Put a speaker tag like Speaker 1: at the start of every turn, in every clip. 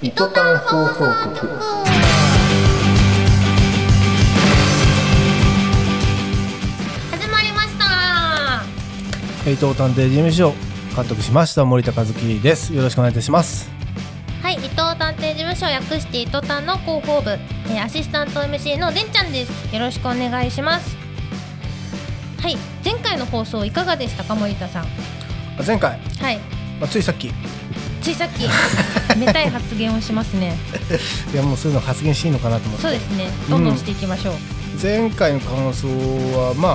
Speaker 1: 糸端放送局
Speaker 2: 始まりました
Speaker 3: 伊藤探偵事務所監督しました森田和樹ですよろしくお願いいたします
Speaker 2: はい伊藤探偵事務所略して伊藤探の広報部、えーアシスタント MC のでんちゃんですよろしくお願いしますはい前回の放送いかがでしたか森田さん
Speaker 3: 前回、
Speaker 2: はい
Speaker 3: まあ、ついさっきい
Speaker 2: ついさっ きめたい発言をしますね
Speaker 3: やもうそういうの発言していいのかなと思って
Speaker 2: そうですねどんどんしていきましょう、
Speaker 3: 前回の感想は、ま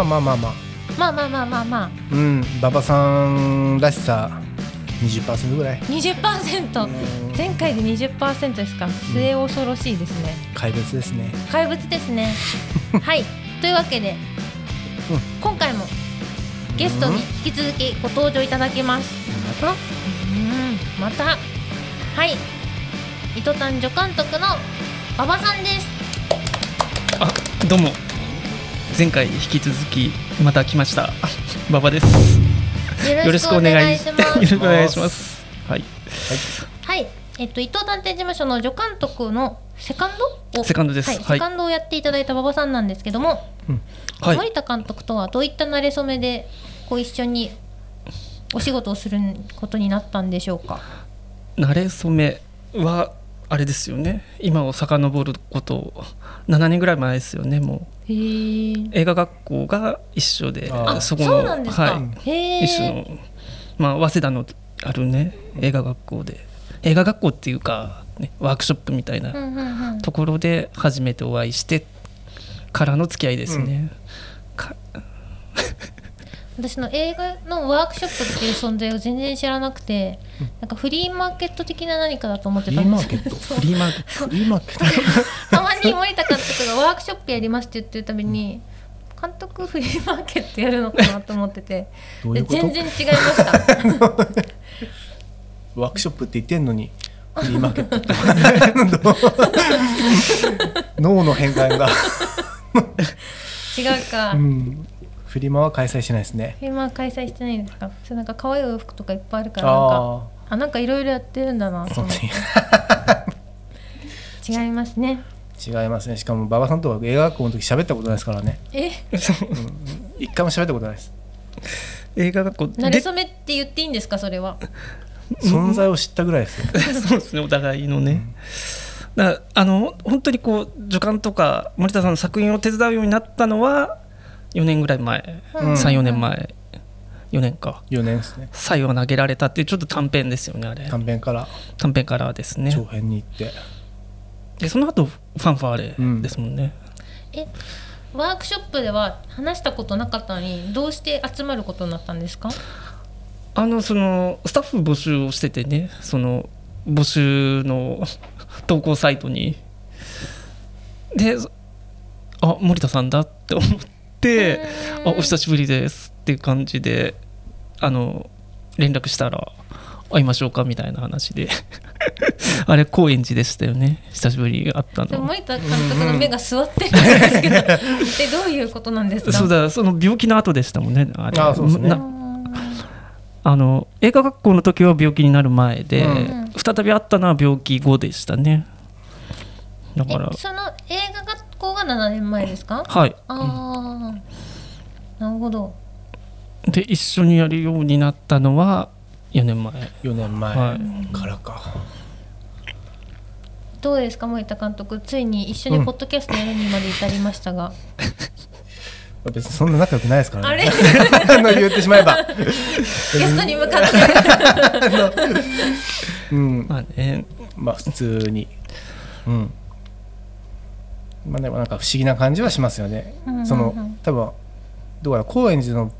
Speaker 3: あ、まあまあまあまあ
Speaker 2: まあまあまあまあまあ
Speaker 3: うん馬場さんらしさ20%ぐらい
Speaker 2: 20%
Speaker 3: うん
Speaker 2: 前回で20%ですか末恐ろしいですね
Speaker 3: 怪物ですね
Speaker 2: 怪物ですね はいというわけで、
Speaker 3: う
Speaker 2: 今回もゲストに引き続きご登場いただきます
Speaker 3: ま
Speaker 2: う
Speaker 3: た
Speaker 2: んまたはい糸谷助監督の馬場さんです
Speaker 4: あどうも前回引き続きまた来ました 馬場です
Speaker 2: よろしくお願いしま
Speaker 4: よろし
Speaker 2: す
Speaker 4: くお願いしますはい
Speaker 2: はいえっと伊藤探偵事務所の助監督のセカンドを
Speaker 4: セカンドです
Speaker 2: はい
Speaker 4: はい
Speaker 2: セカンドをやっていただいた馬場さんなんですけども、
Speaker 4: はい
Speaker 2: 森田監督とはどういった馴れ初めでこう一緒にお仕事をすることになったんでしょうか
Speaker 4: 慣れ初めはあれですよね今を遡ること7年ぐらい前ですよねもう
Speaker 2: へえ
Speaker 4: 映画学校が一緒で
Speaker 3: あ
Speaker 4: そこの
Speaker 2: そうなんですか、
Speaker 4: は
Speaker 2: へ
Speaker 4: い、
Speaker 2: え
Speaker 4: 一緒のまあ早稲田のあるね映画学校で映画学校っていうか、ね、ワークショップみたいな、
Speaker 2: うんうんうん
Speaker 4: ところで初めてお会いしてからの付き合いですね。か
Speaker 2: 私の映画のワークショップっていう存在を全然知らなくてなんかフリーマーケット的な何かだと思ってたんですけど
Speaker 3: フリーマーケット
Speaker 2: そう
Speaker 4: フリーマーケ
Speaker 3: フ
Speaker 4: ッ
Speaker 3: リーマーケ ッ
Speaker 2: たまに森田監督がワークショップやりますって言ってるたびに監督フリーマーケットやるのかなと思ってて
Speaker 3: どういうこと
Speaker 2: で全然違いました
Speaker 3: トワークショップって言ってんの にフリーマーケットって 脳の変 換が、
Speaker 2: 違うか、
Speaker 3: う
Speaker 2: フ
Speaker 3: ん、フリマは開催しないですね
Speaker 2: リーマー開催してないんですかそうなんか可愛いお洋服とかいっぱいあるからなんか
Speaker 3: あ
Speaker 2: あなんかいろいろやってるんだな
Speaker 3: あ
Speaker 2: と
Speaker 3: 本
Speaker 2: 思って
Speaker 3: 当に
Speaker 2: 違いますね
Speaker 3: 違いますねしかも馬場さんとは映画学校の時喋ったことないですからね
Speaker 2: え
Speaker 3: 一回も喋ったことないです
Speaker 4: 映画学校
Speaker 2: なれ
Speaker 4: で
Speaker 2: 初めって言っていいんですかそれは
Speaker 3: 存在を知ったぐらいですよ
Speaker 4: そうですね お互いのね。だからあの本当にこう助監とか森田さんの作品を手伝うようになったのは4年ぐらい前、
Speaker 2: うん
Speaker 4: 34年前4年か
Speaker 3: 4年ですね
Speaker 4: 「最後投げられた」っていうちょっと短編ですよねあれ
Speaker 3: 短編から
Speaker 4: 短編からですね
Speaker 3: 長編に行って、
Speaker 4: でその後ファンファーレですもんね、
Speaker 2: えワークショップでは話したことなかったのにどうして集まることになったんですか
Speaker 4: あのそのスタッフ募集をしててねその募集の投稿サイトにでそあ森田さんだって思って「あお久しぶりです」っていう感じであの連絡したら「会いましょうか」みたいな 話であれ高円寺でしたよね久しぶりに会った
Speaker 2: でも
Speaker 4: の。
Speaker 2: 森田監督の目が座ってるんですけど、えどういうことなんですか
Speaker 4: そうだその病気の後でしたもんねあれ
Speaker 3: あそうですね
Speaker 4: なあの映画学校の時は病気になる前で、
Speaker 3: うん
Speaker 4: 再び会ったのは病気後でしたねだから
Speaker 2: えその映画学校が7年前ですか
Speaker 4: はい
Speaker 2: ああなるほど
Speaker 4: で一緒にやるようになったのは4年前
Speaker 3: 4年前
Speaker 4: は
Speaker 3: からか、
Speaker 2: どうですか森田監督ついに一緒にポッドキャストやるにまで至りましたが、
Speaker 3: 別にそんな仲良くないですから
Speaker 2: あ
Speaker 3: ね
Speaker 2: れゲ
Speaker 3: あの言ってしまえば、
Speaker 2: ストに向かって
Speaker 3: うん、
Speaker 4: まあね
Speaker 3: まあ普通にうんまあでもなんか不思議な感じはしますよね、
Speaker 2: うんうんうん
Speaker 3: その多分どうやら高円寺の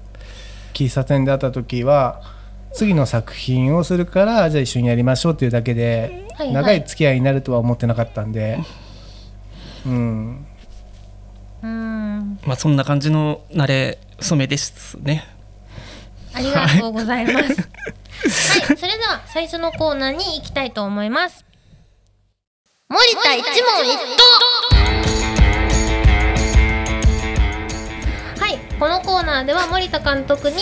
Speaker 3: 喫茶店で会った時は次の作品をするからじゃあ一緒にやりましょうっていうだけで、
Speaker 2: はいはい
Speaker 3: 長い付き合いになるとは思ってなかった んでうん
Speaker 2: うん
Speaker 4: まあそんな感じの慣れ初めですね
Speaker 2: ありがとうございます。はい、それでは最初のコーナーに行きたいと思います。
Speaker 5: 森田一問一答
Speaker 2: はい、このコーナーでは森田監督に、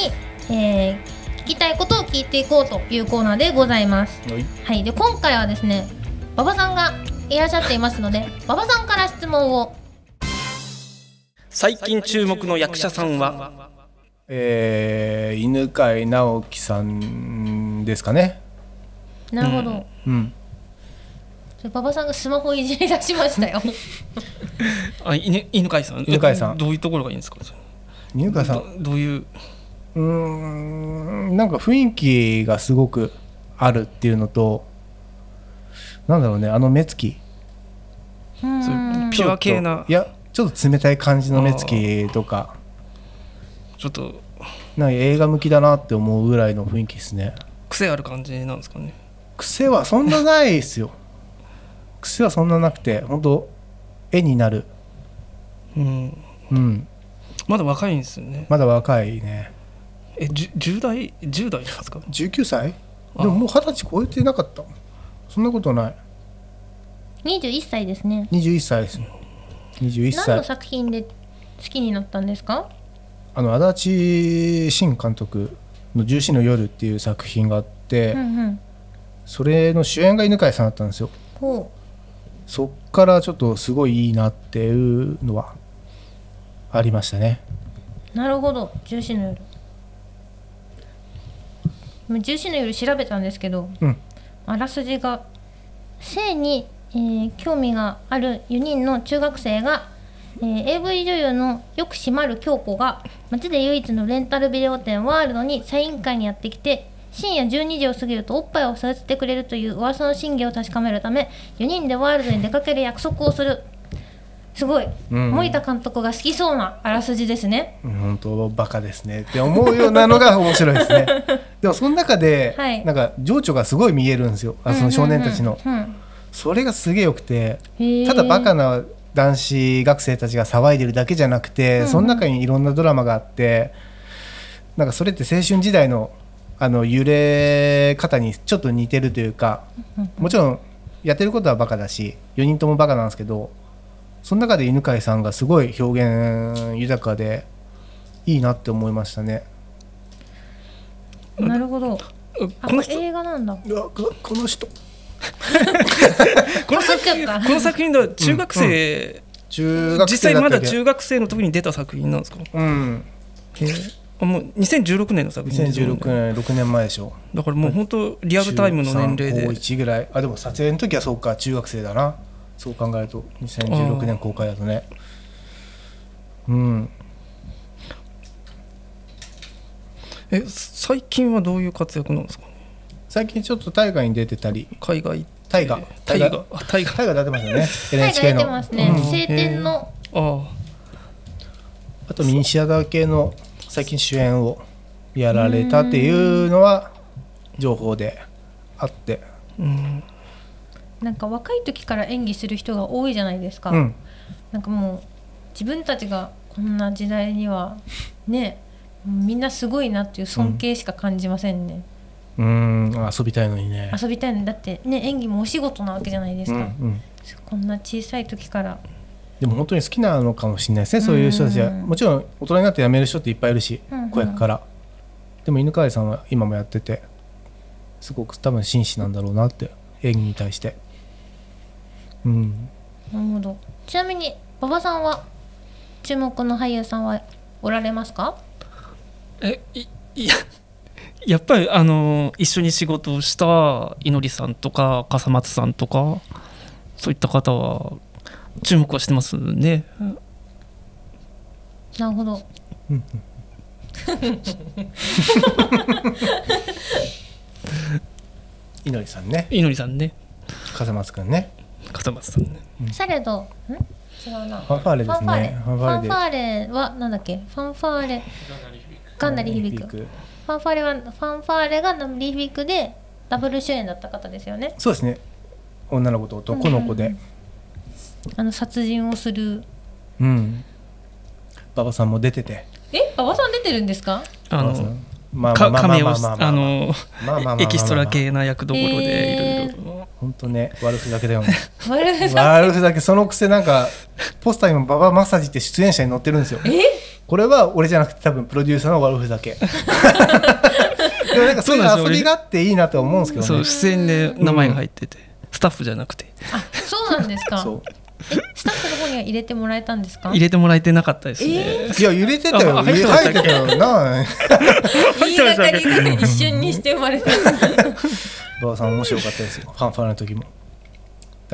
Speaker 2: えー聞きたいことを聞聞いていこうというコーナーでございます。
Speaker 3: はい
Speaker 2: はい、で今回はですね馬場さんがいらっしゃっています ので馬場さんから質問を
Speaker 4: 最近注目の役者さんは
Speaker 3: えー、犬飼直樹さんですかね
Speaker 2: なるほど、
Speaker 4: うん
Speaker 3: うん
Speaker 2: それ馬場さんがスマホいじり出しましたよ
Speaker 4: あ犬犬飼さん
Speaker 3: 犬飼さん
Speaker 4: えどういうところがいいんですかそれ
Speaker 3: 犬飼さん
Speaker 4: どどういう
Speaker 3: うーんなんか雰囲気がすごくあるっていうのとなんだろうねあの目つき
Speaker 2: うん
Speaker 4: そういうピュア系
Speaker 3: ちょ
Speaker 4: な
Speaker 3: っといやちょっと冷たい感じの目つきとか
Speaker 4: ちょっと
Speaker 3: なんか映画向きだなって思うぐらいの雰囲気ですね
Speaker 4: 癖ある感じなんですかね
Speaker 3: 癖はそんなないですよ癖はそんななくて本当絵になる
Speaker 4: うん
Speaker 3: うん
Speaker 4: まだ若いんですよね
Speaker 3: まだ若いね
Speaker 4: えじゅ10代10代なんですか
Speaker 3: 19歳
Speaker 4: あ
Speaker 3: でももう二十歳超えてなかったそんなことない
Speaker 2: 21歳ですね
Speaker 3: 21歳ですね
Speaker 2: 何
Speaker 3: 21
Speaker 2: の
Speaker 3: 歳
Speaker 2: 作品で好きになったんですか
Speaker 3: あの足立新監督の「重視の夜」っていう作品があって、
Speaker 2: うんうん
Speaker 3: それの主演が犬飼さんだったんですよ
Speaker 2: ほ
Speaker 3: そっからちょっとすごいいいなっていうのはありましたね
Speaker 2: うなるほど「重視の夜」でも重視の夜調べたんですけど
Speaker 3: うん
Speaker 2: あらすじが性に、えー興味がある4人の中学生が、えー AV 女優のよく閉まる京子が街で唯一のレンタルビデオ店ワールドにサイン会にやってきて深夜12時を過ぎるとおっぱいをさせてくれるという噂の真偽を確かめるため4人でワールドに出かける約束をするすごい、
Speaker 3: ん
Speaker 2: 森田監督が好きそうなあらすじですね
Speaker 3: うん本当バカですねって思うようなのが面白いです ねでもその中で、
Speaker 2: はい
Speaker 3: なんか情緒がすごい見えるんですよあその少年たちの、
Speaker 2: うんうんうん
Speaker 3: それがすげえよくて
Speaker 2: へえ
Speaker 3: ただバカな男子学生たちが騒いでるだけじゃなくて、その中にいろんなドラマがあってなんかそれって青春時代のあの揺れ方にちょっと似てるというか、もちろんやってることはバカだし4人ともバカなんですけどその中で犬飼さんがすごい表現豊かでいいなって思いましたね。
Speaker 2: なるほど
Speaker 4: う
Speaker 2: あ
Speaker 4: この人
Speaker 2: 映画なんだ
Speaker 3: この人
Speaker 4: この作
Speaker 2: 被っ
Speaker 4: 品
Speaker 2: ちゃった
Speaker 4: この作品だから中学生、
Speaker 3: 中学生
Speaker 4: 実際
Speaker 3: だ
Speaker 4: ま
Speaker 3: った
Speaker 4: だ
Speaker 3: けど
Speaker 4: 中学生の時に出た作品なんですか
Speaker 3: うん
Speaker 4: あもう2016年の作品ですよね
Speaker 3: 2016年6年前でしょ
Speaker 4: だからもう本当リアルタイムの年齢
Speaker 3: 中
Speaker 4: で
Speaker 3: 高1ぐらいあでも撮影の時はそうか中学生だなそう考えると2016年公開だとねうん
Speaker 4: え最近はどういう活躍なんですか
Speaker 3: 最近ちょっと大河に出てたり
Speaker 4: 海外
Speaker 3: 大河
Speaker 4: 大
Speaker 3: 大
Speaker 4: 河
Speaker 3: 河
Speaker 4: あ大河
Speaker 3: 大河出てますよ ね
Speaker 2: 海外
Speaker 3: NHK
Speaker 2: 出て
Speaker 3: の
Speaker 2: ますね晴天の
Speaker 4: あ
Speaker 3: あとミニシアター系の最近主演をやられたっていうのは情報であって
Speaker 2: なんか若い時から演技する人が多いじゃないですか、
Speaker 3: うん
Speaker 2: なんかもう自分たちがこんな時代にはねみんなすごいなっていう尊敬しか感じませんね、
Speaker 3: うん遊びたいのにね
Speaker 2: 遊びたいのだってね演技もお仕事なわけじゃないです
Speaker 3: う
Speaker 2: か、
Speaker 3: んうん
Speaker 2: こんな小さい時から
Speaker 3: でも本当に好きなのかもしれないですねそういう人たちは
Speaker 2: うん
Speaker 3: もちろん大人になって辞める人っていっぱいいるし
Speaker 2: うんうん
Speaker 3: 子役からでも犬飼さんは今もやっててすごく多分紳士なんだろうなって演技に対してうん
Speaker 2: なるほどちなみに馬場さんは注目の俳優さんはおられますか
Speaker 4: あえいいややっぱりあの一緒に仕事をしたいのりさんとか笠松さんとかそういった方は注目はしてますね
Speaker 2: なるほど
Speaker 3: うんいのりさんね
Speaker 4: いのりさんね
Speaker 3: 笠松くんね
Speaker 4: 笠松さんね
Speaker 2: されどん違うな
Speaker 3: ファンファーレ
Speaker 2: フ
Speaker 3: で
Speaker 2: ァ
Speaker 3: す
Speaker 2: ンファーレ、
Speaker 3: ね
Speaker 2: ファンファ
Speaker 3: で
Speaker 2: ーレはなんだっけファンファーレガンダリ響くファンファーレはファンファーレがナムリーフィックでダブル主演だった方ですよね。
Speaker 3: そうですね女の子と男の子で
Speaker 2: あの殺人をする。
Speaker 3: うん馬場さんも出てて
Speaker 2: え、馬場さん出てるんですか？
Speaker 4: あ
Speaker 3: 馬場さ
Speaker 4: の
Speaker 3: んまあま
Speaker 4: か
Speaker 3: あまあま
Speaker 4: 亀を
Speaker 3: あ
Speaker 4: し
Speaker 3: まあま
Speaker 4: あ
Speaker 3: あ
Speaker 4: の
Speaker 3: まあまあまあまあまあ
Speaker 4: エキストラ系な役どころ
Speaker 2: へ
Speaker 4: で
Speaker 2: ー
Speaker 4: いろいろ
Speaker 3: 本当ね悪ふざけだよね
Speaker 2: 悪ふざ
Speaker 3: 悪ふざけそのくせなんかポスターにも馬場マッサージって出演者に載ってるんですよ
Speaker 2: え、
Speaker 3: これは俺じゃなくて多分プロデューサーの悪ふざけでもなんかそうい
Speaker 4: そうなんで
Speaker 3: う遊
Speaker 4: すよ
Speaker 3: びがあっていいなとは思うんですけど
Speaker 4: そ
Speaker 3: ね
Speaker 4: う出演で名前が入ってて、スタッフじゃなくて
Speaker 2: そうなんですか
Speaker 3: そう
Speaker 2: スタッフの方には入れてもらえたんですか
Speaker 4: 入れてもらえてなかったですね、
Speaker 3: いや揺れてたよ
Speaker 4: あ
Speaker 3: 入
Speaker 4: 入
Speaker 3: れ
Speaker 4: ってました
Speaker 3: てたよな
Speaker 2: 新潟に行くのに一瞬にして生まれた
Speaker 3: 馬場さん面白かったですよファンファンの時もだ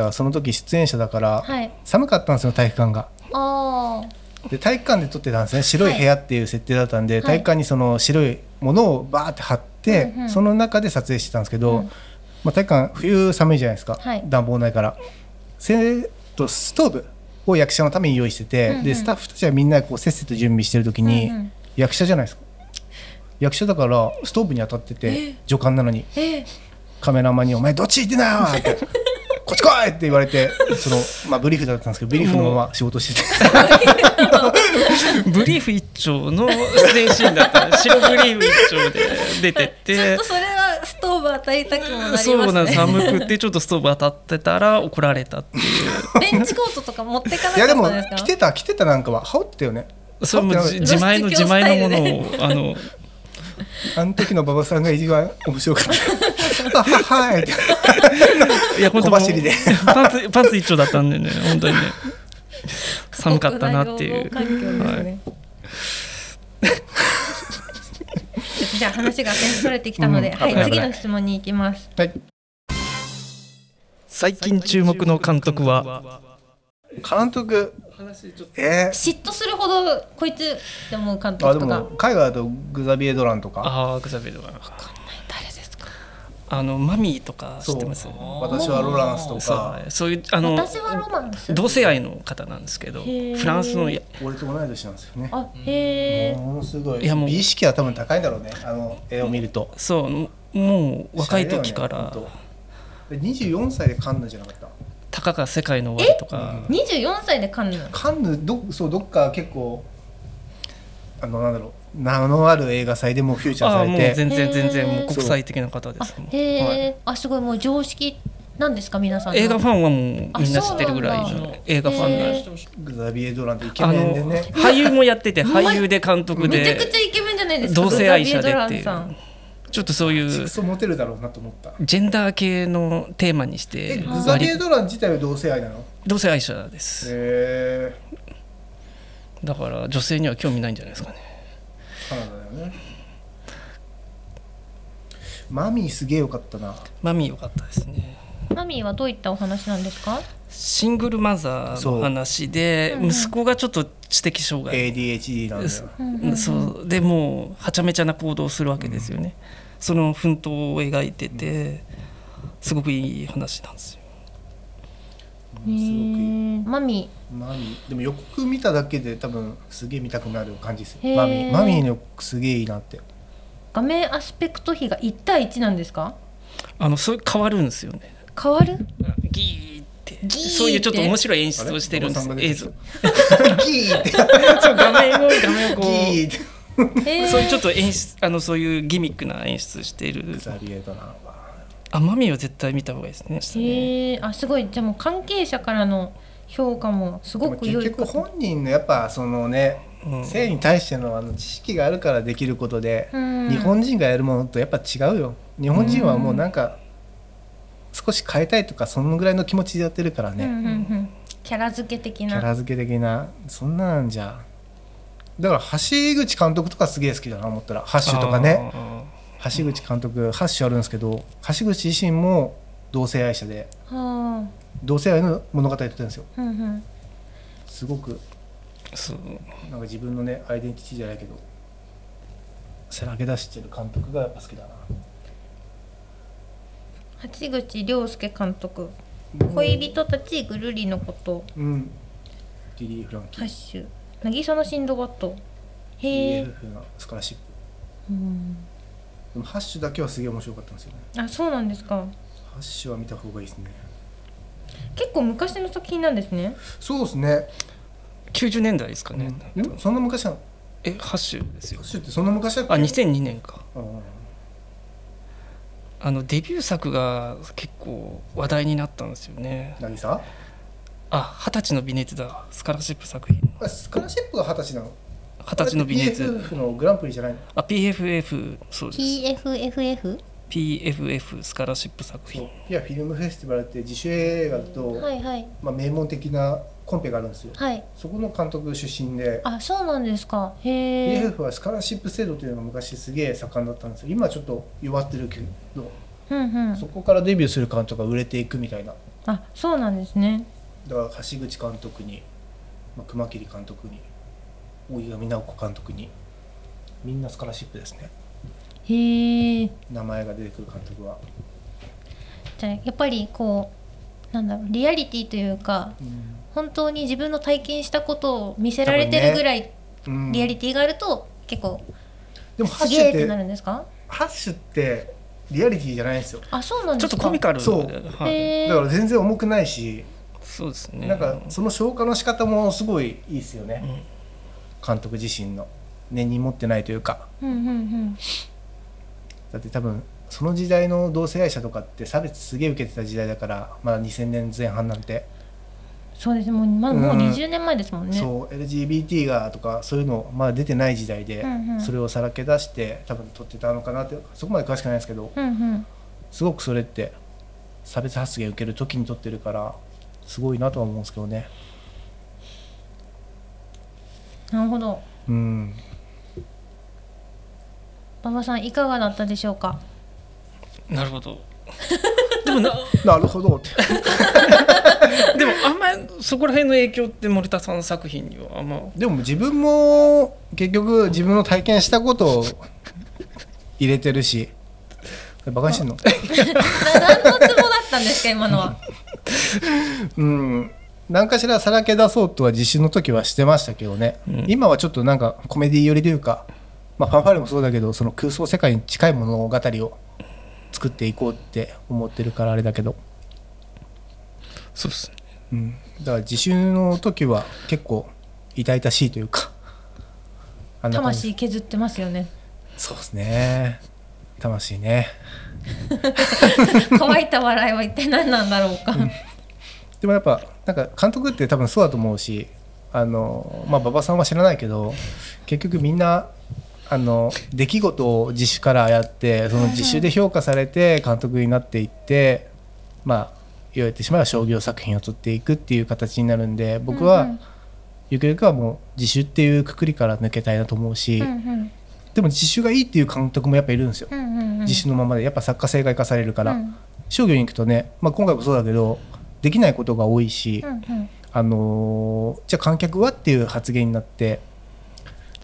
Speaker 3: からその時出演者だから、
Speaker 2: はい
Speaker 3: 寒かったんですよ体育館が
Speaker 2: あー
Speaker 3: で体育館で撮ってたんですね白い部屋っていう設定だったんで、
Speaker 2: い
Speaker 3: 体育館にその白いものをバーって貼って、
Speaker 2: うんうん
Speaker 3: その中で撮影してたんですけど、まあ、体育館冬寒いじゃないですか、
Speaker 2: はい
Speaker 3: 暖房ないからせとストーブを役者のために用意してて、
Speaker 2: うんうん
Speaker 3: でスタッフたちはみんなこうせっせと準備してる時に、
Speaker 2: うんうん
Speaker 3: 役者じゃないですか役者だからストーブに当たってて助監なのに
Speaker 2: えー
Speaker 3: カメラマンに「お前どっち行ってんな!」って「こっち来い!」って言われてその、まあ、ブリーフだったんですけどブリーフのまま仕事してて。
Speaker 4: ブリーフ一丁の出演シーンだ った白ブリーフ一丁で出てっ
Speaker 2: ちょってとそれはストーブ当たりたくもなります
Speaker 4: そ
Speaker 2: ね
Speaker 4: うなんです寒くてちょっとストーブ当たってたら怒られたってい
Speaker 2: ベンチコートとか持ってかないか
Speaker 3: や
Speaker 2: った
Speaker 3: でも
Speaker 2: んですか
Speaker 3: 着てた着てたなんかは羽織ってたよね
Speaker 4: うそれも
Speaker 3: だっ
Speaker 4: 自
Speaker 3: て
Speaker 4: 自前の
Speaker 2: 露出
Speaker 4: 自
Speaker 2: 狂スタ
Speaker 4: 前
Speaker 2: イル
Speaker 4: の
Speaker 2: で
Speaker 4: ものをあの
Speaker 3: あの時の馬場さんが一番面白かっ たあははいって
Speaker 4: いや
Speaker 3: 小走りで
Speaker 4: もうパンツパンツ一丁だったんでね本 当にね寒かったなっていう
Speaker 2: 過酷な労働環境です
Speaker 4: は
Speaker 2: ねじゃあ話が先それてきたので、
Speaker 3: うん
Speaker 2: は、
Speaker 3: 危ないい危
Speaker 2: 次
Speaker 3: ない
Speaker 2: の質問に行きます。
Speaker 3: はい
Speaker 4: 最近注目の監督は
Speaker 3: 監督え
Speaker 2: 嫉妬するほどこいつって思う監
Speaker 3: ー、あ
Speaker 2: 督
Speaker 3: で
Speaker 2: とか
Speaker 3: も海外だとグザビエ・ドランとか
Speaker 4: ああグザベルが
Speaker 2: 誰ですか。
Speaker 4: あのマミーとか知ってます
Speaker 3: 私はロランスと
Speaker 4: そ
Speaker 3: か
Speaker 4: うそういうあの
Speaker 2: 私はロマンス。
Speaker 4: 同性愛の方なんですけど
Speaker 2: へー
Speaker 4: フランスのや
Speaker 3: 俺と同い年なんですよね
Speaker 2: あ、へえ。
Speaker 3: ものすごい
Speaker 4: いやもう
Speaker 3: 美意識は多分高いんだろうねあの絵を見ると
Speaker 4: そうももう若い時
Speaker 3: シャレ
Speaker 4: から
Speaker 3: だよねほんとで24歳でカンヌじゃなかった
Speaker 4: たかが世界の終わりとか
Speaker 2: 二十四歳でカンヌ。
Speaker 3: カンヌどそうどっか結構あのなんだろう名のある映画祭でもうフューチャー
Speaker 4: あ
Speaker 3: さ
Speaker 4: あもう
Speaker 3: れて
Speaker 4: 全然全然
Speaker 2: へー
Speaker 4: もう国際的な方で
Speaker 2: あ
Speaker 4: すも、う
Speaker 2: へ
Speaker 4: はい
Speaker 2: え。あ、すごいもう常識なんですか皆さんの。
Speaker 4: 映画ファンはもうみんな
Speaker 2: あ
Speaker 4: 知
Speaker 2: そうなんだ
Speaker 4: ってるぐらいの映画ファンなん
Speaker 2: へ
Speaker 4: で
Speaker 3: グザビエ・ドランってイケ
Speaker 4: あ
Speaker 3: メンで
Speaker 4: の
Speaker 3: ね
Speaker 4: 俳優もやってて俳優で監督
Speaker 2: めちゃく
Speaker 4: で
Speaker 2: ちゃイケメンじゃないですか。
Speaker 4: 同性愛者で
Speaker 2: ザ
Speaker 4: っ
Speaker 2: ビ
Speaker 4: て
Speaker 2: エ
Speaker 4: い
Speaker 2: ドランさ。
Speaker 4: うんちょっとそうい
Speaker 3: ク
Speaker 4: う
Speaker 3: ソモテるだろうなと思った
Speaker 4: ジェンダー系のテーマにし
Speaker 3: え
Speaker 4: て
Speaker 3: グザビエ・
Speaker 4: 割
Speaker 3: ドラン自体は同性愛なの
Speaker 4: 同性愛者です
Speaker 3: へえ
Speaker 4: だから女性には興味ないんじゃないですかね
Speaker 3: カナダだよねマミーすげえよかったな
Speaker 4: マミー良かったですね
Speaker 2: マミーはどういったお話なんですか。
Speaker 4: シングルマザーの話で息子がちょっと知的障害
Speaker 3: ADHD なんだよ
Speaker 4: そうでもうはちゃめちゃな行動をするわけですよね、その奮闘を描いててすごくいい話なんですよ
Speaker 2: へーマミ
Speaker 3: マミーでも予告見ただけで多分すげえ見たくなる感じです
Speaker 2: へー
Speaker 3: よマミーマミーの予告すげえいい なって
Speaker 2: ー、画面アスペクト比が一対一なんですか。
Speaker 4: あのそう変わるんですよね
Speaker 2: 変わ る。
Speaker 4: ギーって
Speaker 2: ギーって
Speaker 4: そういうちょっと面白い演出をしてるんです
Speaker 3: あれ
Speaker 4: 映像
Speaker 3: ギーって
Speaker 4: そう画面を画面をこ
Speaker 3: ギー
Speaker 4: う
Speaker 3: って
Speaker 2: へー
Speaker 4: そういうちょっと演出あのそういうギミックな演出してる
Speaker 3: グザビエ・ドランは
Speaker 4: あマミーは絶対見た方がいいですね下ね
Speaker 2: へえあすごいじゃあもう関係者からの評価もす
Speaker 3: で
Speaker 2: ご
Speaker 3: も
Speaker 2: く良
Speaker 3: 結
Speaker 2: い
Speaker 3: 局
Speaker 2: こと
Speaker 3: 本人のやっぱそのね
Speaker 4: うん
Speaker 3: 性に対してのあの知識があるからできることで、
Speaker 2: うん
Speaker 3: 日本人がやるものとやっぱ違うよ日本人はもうなんか少し変えたいとかそのぐらいの気持ちでやってるから
Speaker 2: うんうん
Speaker 3: ね、
Speaker 2: うんキャラ付け的
Speaker 3: キャ
Speaker 2: な
Speaker 3: ラ付け的なそんなんじゃだから橋口監督とかすげえ好きだな思ったらハッシュとかね
Speaker 4: あ
Speaker 3: 橋口監督ハッシュあるんですけど橋口自身も同性愛者で
Speaker 2: は
Speaker 3: 同性愛の物語やってたんですよ
Speaker 2: あうんうん
Speaker 3: すごく
Speaker 4: ーそう
Speaker 3: なんか自分のねアイデンティティじゃないけどさらけ出してる監督がやっぱ好きだな
Speaker 2: 八口亮介監督恋人たちぐるりのこと
Speaker 3: うんリリー・フランキー
Speaker 2: ハッシュ渚のシンドバッドへえ
Speaker 3: EF のスカラシップ、でもハッシュだけはすげえ面白かったんですよね
Speaker 2: あそうなんですか
Speaker 3: ハッシュは見た方がいいですね
Speaker 2: 結構昔の作品なんですね
Speaker 3: そうですね、
Speaker 4: 90年代ですかね、
Speaker 3: ん、そんな昔なのハ
Speaker 4: えハッシュですよ
Speaker 3: ッシュってそんな昔だっけ
Speaker 4: あ2002年か
Speaker 3: うん
Speaker 4: あのデビュー作が結構話題になったんですよね
Speaker 3: 渚
Speaker 4: あ二十歳の微熱だスカラシップ作品
Speaker 3: あスカラシップが二十歳なの
Speaker 4: 二二十歳の微熱
Speaker 3: PFF のグランプリじゃないの
Speaker 4: あ PFF そうです
Speaker 2: PFFF?
Speaker 4: PFF スカラシップ作品
Speaker 3: いやフィルムフェスティバルって自主映画だと、
Speaker 2: はいはい
Speaker 3: まあ、名門的なコンペがあるんですよ
Speaker 2: はい
Speaker 3: そこの監督出身で
Speaker 2: あそうなんですかへえ
Speaker 3: PFF はスカラシップ制度というのが昔すげえ盛んだったんですよ今ちょっと弱ってるけど
Speaker 2: うんうん
Speaker 3: そこからデビューする監督が売れていくみたいな
Speaker 2: あそうなんですね
Speaker 3: だから橋口監督に、まあ、熊切監督に大井上直子監督にみんなスカラシップですね
Speaker 2: へえ
Speaker 3: 名前が出てくる監督は、
Speaker 2: じゃあやっぱりこうなんだろうリアリティというか本当に自分の体験したことを見せられてるぐらい
Speaker 3: うん
Speaker 2: リアリティがあると結構
Speaker 3: でもハ
Speaker 2: す
Speaker 3: ッ
Speaker 2: げ
Speaker 3: シュ
Speaker 2: え
Speaker 3: っ
Speaker 2: って
Speaker 3: て
Speaker 2: なるんですか
Speaker 3: ハッシュってリアリティじゃないんですよ
Speaker 2: あそうなん
Speaker 4: ち
Speaker 2: で
Speaker 4: ょっ
Speaker 2: す
Speaker 4: と
Speaker 2: か
Speaker 4: コミカル
Speaker 3: そう
Speaker 4: はい、
Speaker 2: へえ
Speaker 3: だから全然重くないし、
Speaker 4: そうですね
Speaker 3: なんかその消化の仕方もすごいいいですよね、
Speaker 4: うん
Speaker 3: 監督自身の根に持ってないというか
Speaker 2: うんうんうん
Speaker 3: だって多分その時代の同性愛者とかって差別すげえ受けてた時代だからまだ2000年前半なんて、
Speaker 2: そうですもう,、まあ、もう
Speaker 3: うん
Speaker 2: 20年前ですもんね、
Speaker 3: そう LGBT がとかそういうのまだ出てない時代で、
Speaker 2: うんうん
Speaker 3: それをさらけ出して多分撮ってたのかなってそこまで詳しくないですけど
Speaker 2: うんうん
Speaker 3: すごくそれって差別発言受ける時に撮ってるからすごいなとは思うんですけどね。
Speaker 2: なるほど
Speaker 3: うん
Speaker 2: 馬場さんいかがだったでしょうか
Speaker 4: なるほどでもな
Speaker 3: なるほどって。
Speaker 4: でもあんまりそこら辺の影響って森田さんの作品にはあんま
Speaker 3: でも自分も結局自分の体験したことを入れてるしバカにしてんの
Speaker 2: な何のツボだったんですか今のは
Speaker 3: うん何かしらさらけ出そうとは自信の時はしてましたけどね、
Speaker 4: うん
Speaker 3: 今はちょっとなんかコメディ寄りというか、まあ、ファンファーレもそうだけどその空想世界に近い物語を作っていこうって思ってるからあれだけど、
Speaker 4: そうですね
Speaker 3: うん、だから自信の時は結構痛々しいというかあんな感じ
Speaker 2: 魂削ってますよね
Speaker 3: そうですね魂ね
Speaker 2: 乾いた笑いは一体何なんだろうか、
Speaker 3: でもやっぱなんか監督って多分そうだと思うしあのまあ馬場さんは知らないけど結局みんなあの出来事を自主からやってその自主で評価されて監督になっていってまあ言われてしまえば商業作品を撮っていくっていう形になるんで僕
Speaker 2: うんうん
Speaker 3: はゆくゆくはもう自主っていうくくりから抜けたいなと思うし、
Speaker 2: うんうん
Speaker 3: でも自主がいいっていう監督もやっぱいるんですよ、
Speaker 2: うんうんうん
Speaker 3: 自主のままでやっぱ作家性が生かされるから、
Speaker 2: うん
Speaker 3: 商業に行くとね、まあ、今回もそうだけどできないことが多いし、
Speaker 2: うんうん
Speaker 3: あのーじゃあ観客はっていう発言になって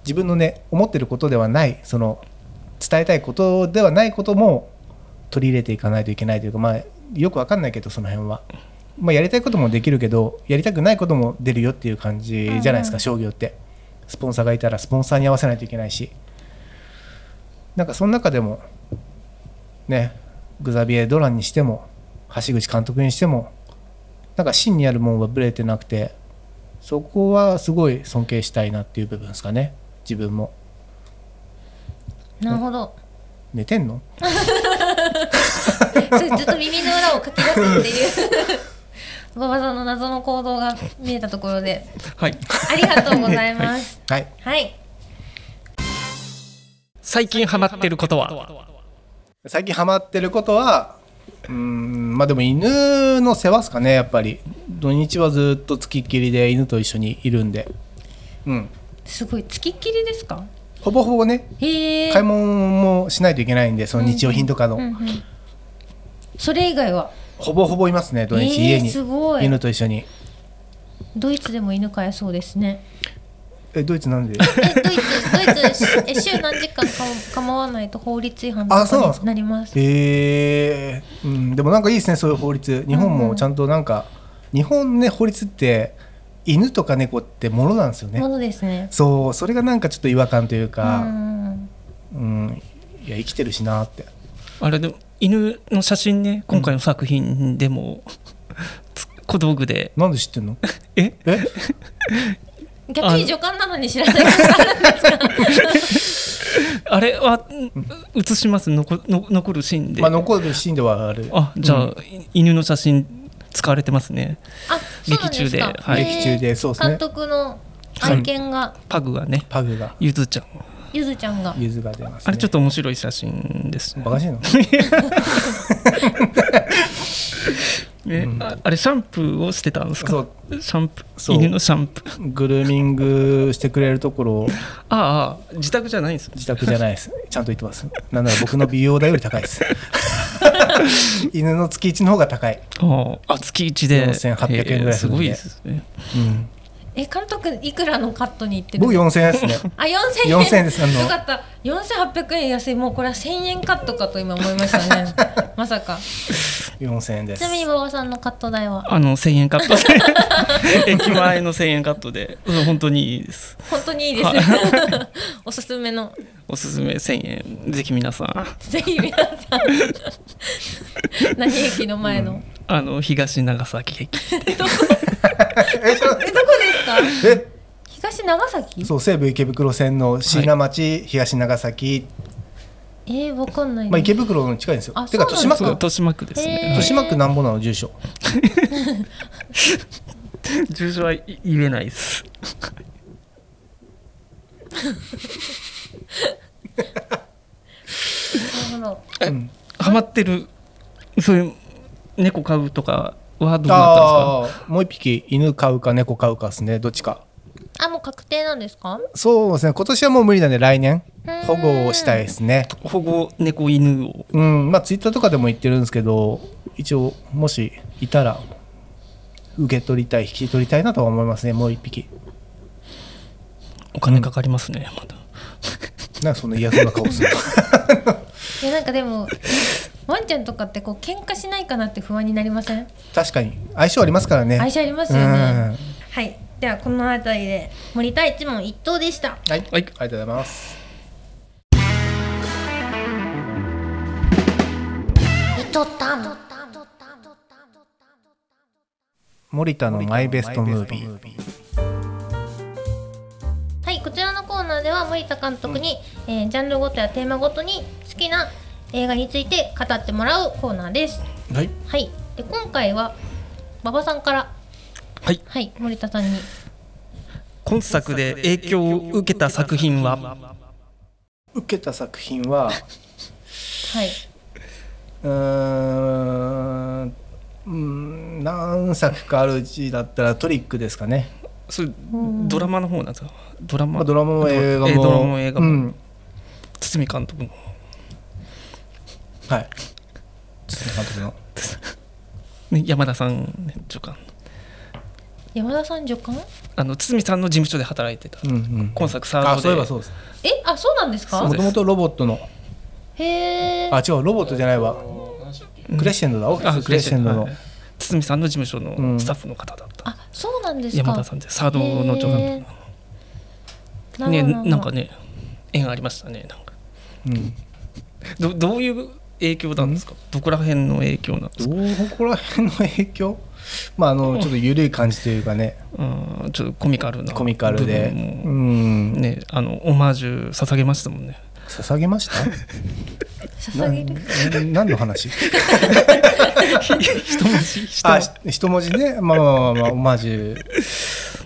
Speaker 3: 自分のね思ってることではないその伝えたいことではないことも取り入れていかないといけないというかまあよくわかんないけどその辺は、まあ、やりたいこともできるけどやりたくないことも出るよっていう感じじゃないです
Speaker 2: う
Speaker 3: か、
Speaker 2: んうん
Speaker 3: 商業ってスポンサーがいたらスポンサーに合わせないといけないしなんかその中でもねグザビエ・ドランにしても橋口監督にしてもなんか芯にあるもんはブレてなくてそこはすごい尊敬したいなっていう部分ですかね自分も
Speaker 2: なるほど
Speaker 3: 寝てんの
Speaker 2: それずっと耳の裏をかき出すっていう 馬場さんの謎の行動が見えたところで
Speaker 4: はい
Speaker 2: ありがとうございます
Speaker 3: はい
Speaker 2: はい
Speaker 4: 最近ハマってることは
Speaker 3: 最近ハマってることはうーんまあでも犬の世話ですかねやっぱり土日はずっとつきっきりで犬と一緒にいるんでうん
Speaker 2: すごいつきっきりですか
Speaker 3: ほぼほぼね
Speaker 2: へえ
Speaker 3: 買い物もしないといけないんでその日用品とかの、
Speaker 2: うんうんそれ以外は
Speaker 3: ほぼほぼいますね土
Speaker 2: え
Speaker 3: 日、
Speaker 2: ー
Speaker 3: 家に
Speaker 2: すごい
Speaker 3: 犬と一緒に
Speaker 2: ドイツでも犬飼えそうですね
Speaker 3: えドイツなんで
Speaker 2: えドイツドイツしえ週何時間か構わないと法律違反と
Speaker 3: あそうなんで
Speaker 2: かに
Speaker 3: すか
Speaker 2: なります
Speaker 3: えーうん、でもなんかいいですねそういう法律日本もちゃんとなんか、日本ね法律って犬とか猫ってものなんですよね
Speaker 2: ものですね
Speaker 3: そうそれがなんかちょっと違和感という
Speaker 2: う
Speaker 3: か、
Speaker 2: ん
Speaker 3: うんいや生きてるしなって
Speaker 4: あれでも犬の写真ね今回の作品でも、つ小道具で
Speaker 3: なんで知ってんの
Speaker 4: え
Speaker 3: え
Speaker 2: 逆に助監なのに知らない ことあるんですか
Speaker 4: あれは写します残の残るシーンで、
Speaker 3: まあ残るシーンではある
Speaker 4: あじゃあ、い犬の写真使われてますね
Speaker 2: あそうなんですか
Speaker 4: 劇中ではい
Speaker 2: へー
Speaker 3: 劇中でそうですね
Speaker 2: 監督の
Speaker 4: はい
Speaker 2: 愛犬が
Speaker 4: パグがね
Speaker 3: パグが
Speaker 4: ゆずちゃん
Speaker 2: ゆずちゃんが
Speaker 3: ゆずが出ます、ね、
Speaker 4: あれちょっと面白い写真ですね
Speaker 3: バカ しいの
Speaker 4: ねああれシャンプーをしてたんです
Speaker 3: そ
Speaker 4: か
Speaker 3: う
Speaker 4: シャンプ
Speaker 3: そう
Speaker 4: ー犬のシャンプー
Speaker 3: グルーミングしてくれるところを
Speaker 4: ああ自宅じゃないんです
Speaker 3: 自宅じゃないですちゃんと言ってますなんなら僕の美容代より高いです 犬の月1の方が高い、
Speaker 4: あああ月1で
Speaker 3: 4800円ぐらい
Speaker 4: えー
Speaker 3: す
Speaker 4: す
Speaker 3: るんで
Speaker 4: ごいですね
Speaker 3: うん、
Speaker 2: え監督いくらのカットに行ってる
Speaker 3: 僕4000円ですね
Speaker 2: あ四千円
Speaker 3: 4000円ですあの
Speaker 2: よかった四千八百円安いもうこれは千円カットかと今思いましたね まさか
Speaker 3: 4000円で
Speaker 2: ち
Speaker 3: す
Speaker 2: なみに馬場さんのカット代は
Speaker 4: あの1000円カットで 駅前の1000円カットでうん本当にいいです
Speaker 2: 本当にいいですね おすすめの
Speaker 4: おすすめ1000円ぜひ皆さん
Speaker 2: ぜひ皆 さん何駅の前の、
Speaker 4: あの東長崎駅
Speaker 2: えどこですか
Speaker 3: え
Speaker 2: 東長崎
Speaker 3: そう西武池袋線の椎名町、東長崎、
Speaker 2: えー、わかんない、
Speaker 3: まあ、池袋の近いんですよ
Speaker 2: あ
Speaker 3: てか
Speaker 2: そうな
Speaker 3: 豊
Speaker 2: んだ
Speaker 3: 島
Speaker 4: そ
Speaker 3: 区
Speaker 4: う豊島区です
Speaker 2: へー
Speaker 4: ね、
Speaker 3: 豊島区なんぼなの住所
Speaker 4: はい住所は言えないです
Speaker 2: なるほど
Speaker 3: うん
Speaker 4: ハマってるそういう猫飼うとかはどうなったん
Speaker 3: ああーもう一匹犬飼うか猫飼うかですねどっちか
Speaker 2: あもう確定なんですか
Speaker 3: そうですね今年はもう無理なんで来年
Speaker 2: ん
Speaker 3: 保護をしたいですね
Speaker 4: ですか保護猫犬を
Speaker 3: うんまあツイッターとかでも言ってるんですけど一応もしいたら受け取りたい引き取りたいなとは思いますねもう一匹
Speaker 4: お金かかりますね、まだ
Speaker 3: なんかそんな嫌そうな顔 する
Speaker 2: いやなんかでもワンちゃんとかってこう喧嘩しないかなって不安になりません
Speaker 3: 確かに相性ありますからね
Speaker 2: 愛車ありますよ
Speaker 3: うん
Speaker 2: ねはいではこの辺りで森田一問一答でした
Speaker 3: はい、ありがとうございます
Speaker 5: いとったん。
Speaker 3: 森田のマイベストムービー
Speaker 2: はいこちらのコーナーでは森田監督に、えージャンルごとやテーマごとに好きな映画について語ってもらうコーナーです
Speaker 3: はい
Speaker 2: はいで今回は馬場さんから
Speaker 4: はい
Speaker 2: はい森田さんに
Speaker 4: 今作で影響を受けた作品は
Speaker 3: 受けた作品 は
Speaker 2: はいう
Speaker 3: ーんうーん何作かあるうちだったらトリックですかね、
Speaker 4: それドラマの方なんですかドラ
Speaker 3: ま
Speaker 4: マ
Speaker 3: あ、ドラマも映画も,、
Speaker 4: えドラマも映画も
Speaker 3: うん
Speaker 4: 堤監督の
Speaker 3: はい堤監督の
Speaker 4: ね山田さんね助監
Speaker 2: 山田さん助監
Speaker 4: あの堤さんの事務所で働いてた、
Speaker 3: うんうん
Speaker 4: 今作サードで
Speaker 3: あそういえばそうです
Speaker 2: えあそうなんです
Speaker 4: そ
Speaker 2: か
Speaker 4: う
Speaker 3: も
Speaker 4: です
Speaker 3: ともとロボットの
Speaker 2: へえ
Speaker 3: あ違うロボットじゃないわクレッシェンドだオフィ
Speaker 4: あ
Speaker 3: スクレッシェンドの、
Speaker 4: はい堤さんの事務所
Speaker 3: う
Speaker 4: の
Speaker 3: ん
Speaker 4: スタッフの方だった、
Speaker 2: あそうなんですか
Speaker 4: 山田さんでサードの助
Speaker 2: へなる
Speaker 4: 監督ね
Speaker 2: ほど
Speaker 4: なんかね縁ありましたねなんか
Speaker 3: うん、
Speaker 4: どどういう影響なんですか、どこら辺の影響なんですか、
Speaker 3: どこら辺の影響まああのちょっと緩い感じというかね
Speaker 4: うん、ちょっとコミカルな
Speaker 3: コミカルで
Speaker 4: 部分
Speaker 3: う
Speaker 4: も
Speaker 3: ん、
Speaker 4: ねあのオマージュ捧げましたもんね
Speaker 3: 捧げました
Speaker 2: 捧げる
Speaker 3: な何の話
Speaker 4: 一文字一
Speaker 3: あ
Speaker 4: 文
Speaker 3: し
Speaker 4: 字
Speaker 3: 一文字ねまあまあまあまあオマージュ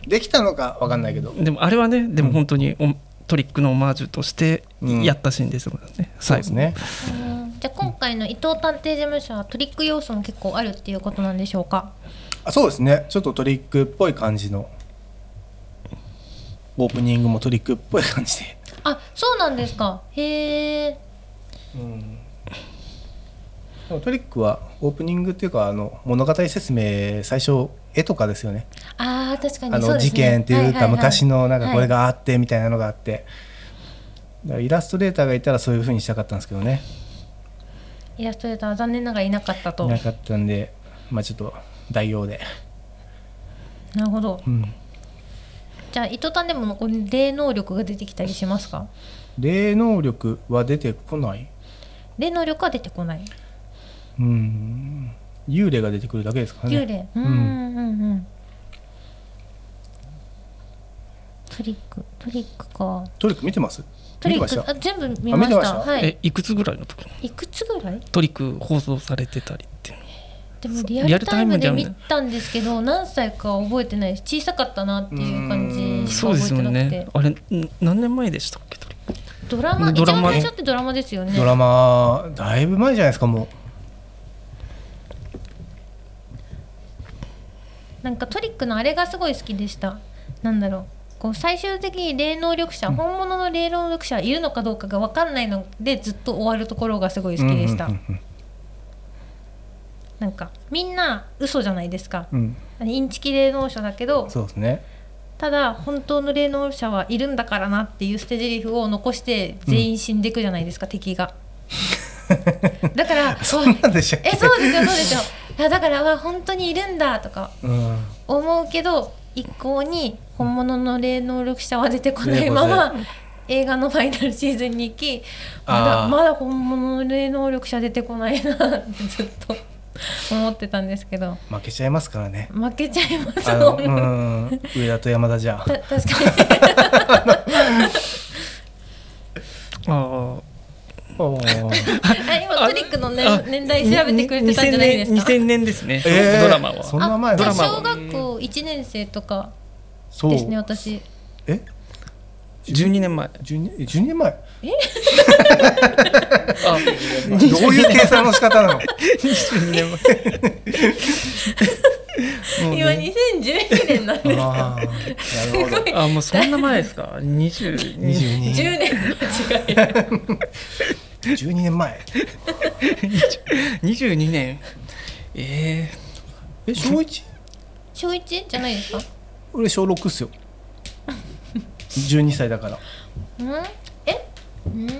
Speaker 3: できたのかわかんないけど
Speaker 4: でもあれはねでも本当におトリックのオマージュとして
Speaker 3: うん
Speaker 4: やったシーンですもんね、
Speaker 3: そうで
Speaker 4: 最後
Speaker 3: すね
Speaker 2: うんじゃあ今回の伊藤探偵事務所はトリック要素も結構あるっていうことなんでしょうか
Speaker 3: あそうですねちょっとトリックっぽい感じのオープニングもトリックっぽい感じで、
Speaker 2: あそうなんですかへえ
Speaker 3: でもトリックはオープニングっていうかあの物語説明最初絵とかですよね
Speaker 2: あー確かに
Speaker 3: あ
Speaker 2: そう
Speaker 3: の
Speaker 2: ですね
Speaker 3: 事件っていう
Speaker 2: はは
Speaker 3: か
Speaker 2: は
Speaker 3: 昔のなんかこれ
Speaker 2: は
Speaker 3: があってみたいなのがあってだからイラストレーターがいたらそういう風にしたかったんですけどね
Speaker 2: いイラストレーターは残念ながらいなかった
Speaker 3: い
Speaker 2: と
Speaker 3: なかったんでまあちょっと代用で、
Speaker 2: なるほど
Speaker 3: うん、
Speaker 2: じゃあ伊藤探でもこう霊能力が出てきたりしますか
Speaker 3: 霊能力は出てこない
Speaker 2: 霊能力は出てこない
Speaker 3: うん幽霊が出てくるだけですからね
Speaker 2: 幽霊うん
Speaker 3: ん
Speaker 2: うんうんトリックトリックか
Speaker 3: トリック見てます
Speaker 2: トリ
Speaker 3: 見てまし
Speaker 2: ック
Speaker 3: た
Speaker 2: あ全部見
Speaker 3: あ
Speaker 2: ま
Speaker 3: 見
Speaker 2: してた
Speaker 3: ました
Speaker 2: はい
Speaker 4: えいくつぐらいの時に
Speaker 2: いくつぐらい
Speaker 4: トリック放送されてたりっていうの
Speaker 2: でもリ
Speaker 4: リ
Speaker 2: ア
Speaker 4: ア
Speaker 2: ル
Speaker 4: ル
Speaker 2: タ
Speaker 4: タ
Speaker 2: イ
Speaker 4: イ
Speaker 2: ム
Speaker 4: ム
Speaker 2: で
Speaker 4: で
Speaker 2: 見たんですけど何歳かは覚えてないし小さかったなっていう感じにしか
Speaker 4: そうで
Speaker 2: 覚え
Speaker 4: す
Speaker 2: て
Speaker 4: よ
Speaker 2: なくて、
Speaker 4: ねあれん何年前でしたっけトリコ
Speaker 2: ドラマ
Speaker 4: ドラマ
Speaker 2: 一番最初ってドラマですよね
Speaker 3: ドラマだいぶ前じゃないですかも
Speaker 2: なんかトリックのあれがすごい好きでしたなんだろうこう最終的に霊能力者、本物の霊能力者いるのかどうかが分かんないのでずっと終わるところがすごいう好きでした、
Speaker 3: うんうん
Speaker 2: なんかみんな嘘じゃないですか
Speaker 3: うんうん
Speaker 2: インチキ霊能者だけど
Speaker 3: そうですね
Speaker 2: ただ本当の霊能者はいるんだからなっていう捨て台詞を残して全員死んでいくじゃないですか、敵がだから
Speaker 3: そんなんでしたっけ
Speaker 2: えそうですよそうですよいやだからわ本当にいるんだとか
Speaker 3: うん
Speaker 2: 思うけど一向に本物の霊能力者は出てこないま
Speaker 3: 出
Speaker 2: ま映画のファイナルシーズンに行きま
Speaker 3: あ
Speaker 2: だ
Speaker 3: ー
Speaker 2: まだ本物の霊能力者出てこないなってずっと 思ってたんですけど
Speaker 3: 負けちゃいますからね
Speaker 2: 負けちゃいます
Speaker 3: あ
Speaker 2: も
Speaker 3: の
Speaker 2: ん
Speaker 3: う
Speaker 2: た
Speaker 3: ん上田と山田じゃ
Speaker 2: 確か
Speaker 4: あ
Speaker 3: おー
Speaker 2: にあ今トリックの、ね
Speaker 4: あ、
Speaker 2: 年代調べてくれてたんじゃないですか
Speaker 4: 2000年ですね、
Speaker 3: えー
Speaker 4: ドラマは
Speaker 3: そんな前
Speaker 2: あ
Speaker 4: ドラマは
Speaker 2: 小学校1年生とか
Speaker 3: そう
Speaker 2: ですね私
Speaker 3: え
Speaker 4: 12年前
Speaker 3: 12 12年 前
Speaker 4: あ
Speaker 3: どういう計算の仕 方なの
Speaker 4: 22年前
Speaker 2: 今2012年なんです
Speaker 3: あーなるほ ど
Speaker 4: あもうそんな前ですか20
Speaker 3: 22
Speaker 2: 10
Speaker 3: 年
Speaker 2: 年の違い
Speaker 3: 12年前
Speaker 4: 22年え
Speaker 3: え小一
Speaker 2: 小1じゃないですか
Speaker 3: 俺小六っ すよ12歳だから
Speaker 2: うんえうん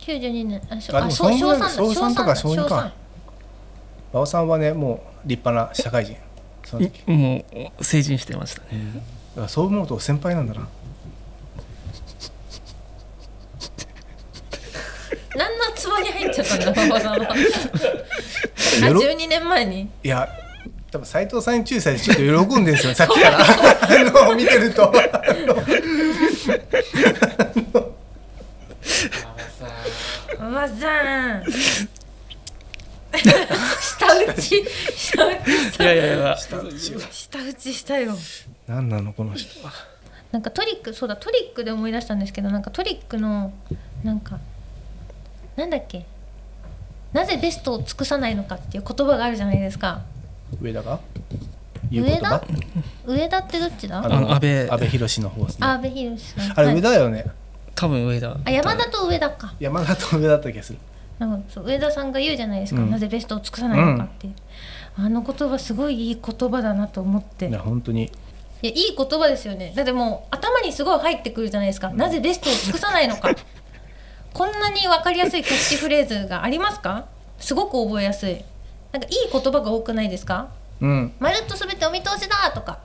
Speaker 2: 92年あ小
Speaker 3: あで
Speaker 2: あ
Speaker 3: も
Speaker 2: 小
Speaker 3: そんぐ
Speaker 2: 小
Speaker 3: らい
Speaker 2: 3だ
Speaker 3: 小三とか小二か
Speaker 2: 小三
Speaker 3: 馬尾さんはねもう立派な社会人その時
Speaker 4: ー、もう成人してましたね
Speaker 3: だからそう思うと先輩なんだな
Speaker 2: 何のツボに入っちゃったんだ馬場さんはあ
Speaker 3: よろ
Speaker 2: 12年前に
Speaker 3: いや多分斉藤さんに注意されてちょっと喜んでるんですよさっきからあの見てると
Speaker 2: 馬場さん下打ち下打ち
Speaker 4: いやいやいや
Speaker 2: 下打ちしたよ
Speaker 3: 何なのこの人は
Speaker 2: なんかトリックそうだトリックで思い出したんですけどなんかトリックのなんかなんだっけなぜベストを尽くさないのかっていう言葉があるじゃないですか
Speaker 3: 上田が言う言葉
Speaker 2: 上田ってどっちだ
Speaker 3: あの
Speaker 4: あ安倍
Speaker 3: 安倍博の方ですね
Speaker 2: 阿部寛さん
Speaker 3: あれ
Speaker 2: はい
Speaker 3: 上田だよね
Speaker 4: 多分上だ
Speaker 2: あ山田と上田か
Speaker 3: 山田と上田だった気がする
Speaker 2: なんかそう上田さんが言うじゃないですか、
Speaker 3: うん
Speaker 2: なぜベストを尽くさないのかっていう、あの言葉すごいいい言葉だなと思ってい
Speaker 3: い
Speaker 2: や
Speaker 3: や本当に
Speaker 2: いい言葉ですよねだってもう頭にすごい入ってくるじゃないですか、なぜベストを尽くさないのか こんなに分かりやすいキャッチフレーズがありますかすごく覚えやすいなんかいい言葉が多くないですか
Speaker 3: うん
Speaker 2: まるっと全てお見通しだとか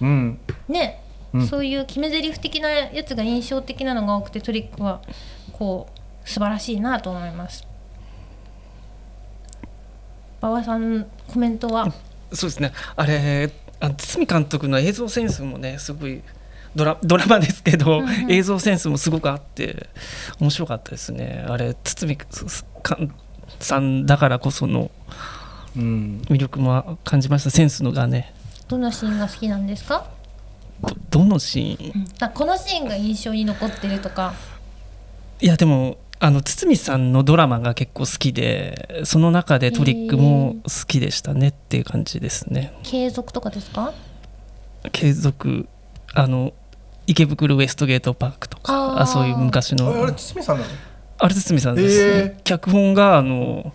Speaker 3: うん
Speaker 2: ね、
Speaker 3: うん
Speaker 2: そういう決め台詞的なやつが印象的なのが多くてトリックはこう素晴らしいなと思います馬場さんのコメントは
Speaker 4: そうですねあれあ堤監督の映像センスもねすごいドラドラマですけど、映像センスもすごくあって面白かったですねあれ堤監さんだからこその
Speaker 3: うん
Speaker 4: 魅力も感じましたセンスのがね
Speaker 2: どのシーンが好きなんですか
Speaker 4: どどのシーン
Speaker 2: あこのシーンが印象に残ってるとか
Speaker 4: いやでもあの堤さんのドラマが結構好きでその中でトリックも好きでしたねっていう感じですね
Speaker 2: 継続とかですか
Speaker 4: 継続あの池袋ウエストゲートパークとか
Speaker 2: あー
Speaker 4: あそういう昔
Speaker 3: あ
Speaker 4: の
Speaker 3: れあれ堤さんなの
Speaker 4: あれ堤さんです、ね
Speaker 3: え
Speaker 4: 脚本があの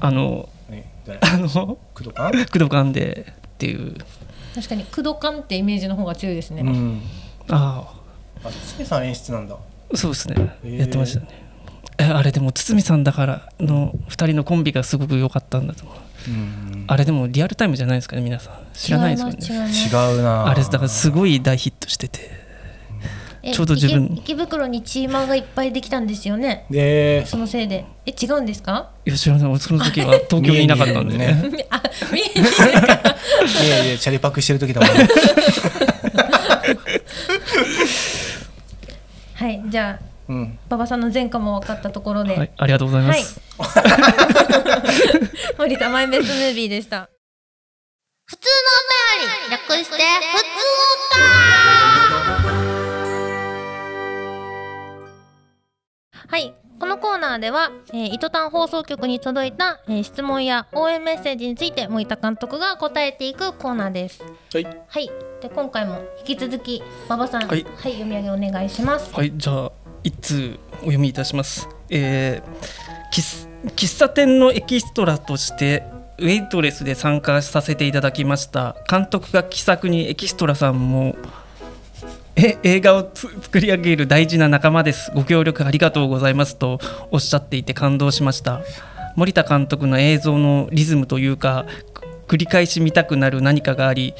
Speaker 4: あの
Speaker 3: ね誰
Speaker 4: あの
Speaker 3: 工藤か
Speaker 4: 工藤官でっていう
Speaker 2: 確かに工藤官ってイメージの方が強いですね、
Speaker 3: うん
Speaker 4: あ
Speaker 3: あ堤さん演出なんだ
Speaker 4: あそうですね、
Speaker 3: え
Speaker 4: やってましたねえあれでも堤さんだからの2人のコンビがすごく良かったんだと思う
Speaker 3: うん
Speaker 4: あれでもリアルタイムじゃないですかね皆さん知らないですよ
Speaker 2: 違い
Speaker 4: ね
Speaker 2: ます違います
Speaker 3: 違うな
Speaker 4: あれだからすごい大ヒットしてて
Speaker 2: え
Speaker 4: ちょうど自分
Speaker 2: 池池袋にチーマーがいっぱいできたんですよね
Speaker 3: で
Speaker 2: そのせいでえ違うんですか
Speaker 4: いや知らない俺その時は東京にいなかったんでね
Speaker 2: あ見えてる
Speaker 3: いやいやチャリパクしてる時だもんね
Speaker 2: はいじゃあ
Speaker 3: うん
Speaker 2: 馬場さんの前科も分かったところで、
Speaker 4: はい、ありがとうござい ます、
Speaker 2: 森田マイベストムービーでした
Speaker 5: 普通のお便り略して、普通おた
Speaker 2: はい。このコーナーでは、えー、糸端放送局に届いた、えー質問や応援メッセージについて森田監督が答えていくコーナーです。
Speaker 4: はい、
Speaker 2: はい。で今回も引き続き馬場さん、は、
Speaker 4: はいい
Speaker 2: 読み上げお願いします。
Speaker 4: はい、じゃあ一通お読みいたします、えー喫喫茶店のエキストラとしてウェイトレスで参加させていただきました監督が気さくにエキストラさんもえ映画をつ作り上げる大事な仲間ですご協力ありがとうございますとおっしゃっていて感動しました森田監督の映像のリズムというかく繰り返し見たくなる何かがあり、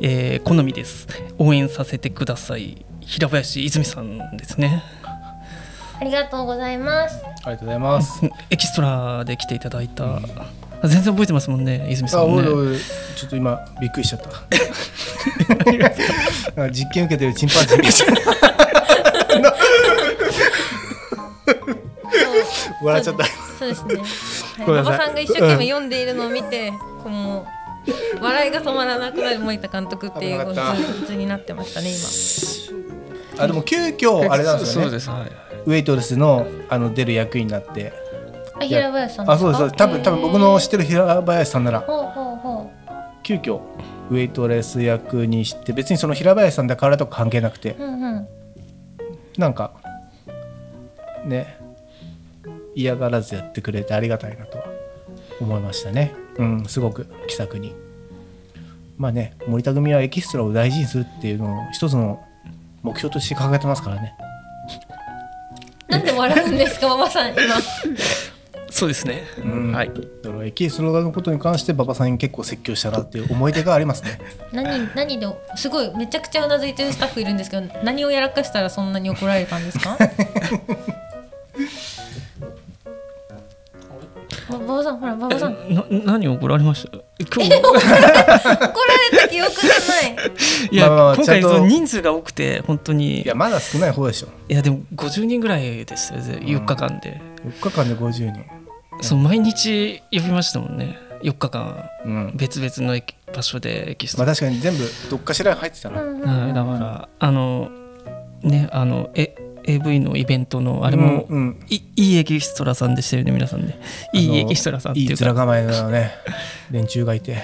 Speaker 4: えー好みです応援させてください平林泉さんですね
Speaker 2: ありがとうございます。
Speaker 3: りがとうございます。
Speaker 4: エキストラで来ていただいた、全然覚えてますもんね泉
Speaker 3: あ、
Speaker 4: さん
Speaker 3: おい
Speaker 4: ね
Speaker 3: おい、ちょっと今びっくりしちゃ った。なんか実験受けてるチンパンジーみたいな笑っちゃった。
Speaker 2: そうですね。はい、
Speaker 3: ごめ
Speaker 2: 馬
Speaker 3: ん
Speaker 2: 場
Speaker 3: なさい
Speaker 2: さんが一生懸命読んでいるのを見て、こうもう笑いが止まらなくなる森田監督っていうこ
Speaker 3: 危
Speaker 2: う
Speaker 3: なかった
Speaker 2: 図図になってましたね
Speaker 3: あ、でも急遽あれなんですよ
Speaker 4: そう
Speaker 3: ね。
Speaker 4: ですはい
Speaker 3: ウェイトレスのあの出る役員になって。
Speaker 2: 今。あ平林さん
Speaker 3: あ、そうですそうです。多分多分僕の知
Speaker 2: へ
Speaker 3: ってる平林さんなら
Speaker 2: ー。ほうほうほ
Speaker 3: 急遽ウェイトレス役にして別にその平林さんだからとか関係なくて
Speaker 2: う。うんうん。
Speaker 3: なんかね嫌がらずやってくれてありがたいなとは思いましたねうんすごく気さくにまあね森田組はエキストラを大事にするっていうのを一つの目標として掲げてますからね
Speaker 2: なんで笑うんですか馬場さん今。
Speaker 4: そうですね、
Speaker 3: ん
Speaker 4: はい
Speaker 3: だからエキストラのことに関して馬場さんに結構説教したなっていう思い出がありますね
Speaker 2: 何何ですごいめちゃくちゃうなずいてるスタッフいるんですけど何をやらかしたらそんなに怒られたんです かば馬場さんほら馬場さん怒
Speaker 4: な何怒られました今日
Speaker 2: られた記憶がない
Speaker 4: いや、
Speaker 3: まあまあ
Speaker 4: 今回
Speaker 3: ちゃんと
Speaker 4: その人数が多くて本当に
Speaker 3: いやまだ少ない方でしょ
Speaker 4: いやでも50人ぐらいですよ4日間で、
Speaker 3: 4日間で50人
Speaker 4: その毎日呼びましたもんね4日間
Speaker 3: うん
Speaker 4: 別々の駅場所でエキス
Speaker 3: ま
Speaker 4: ト
Speaker 3: あ
Speaker 4: ラ、
Speaker 3: 確かに全部どっかしら入ってたな、
Speaker 4: はい、だからあのねあのえ AV のイベントのあれも、
Speaker 3: うんうん
Speaker 4: いいいエキストラさんでしたよね皆さんねいいエキストラさんってい
Speaker 3: いうい面
Speaker 4: か
Speaker 3: 構えのね連中がいて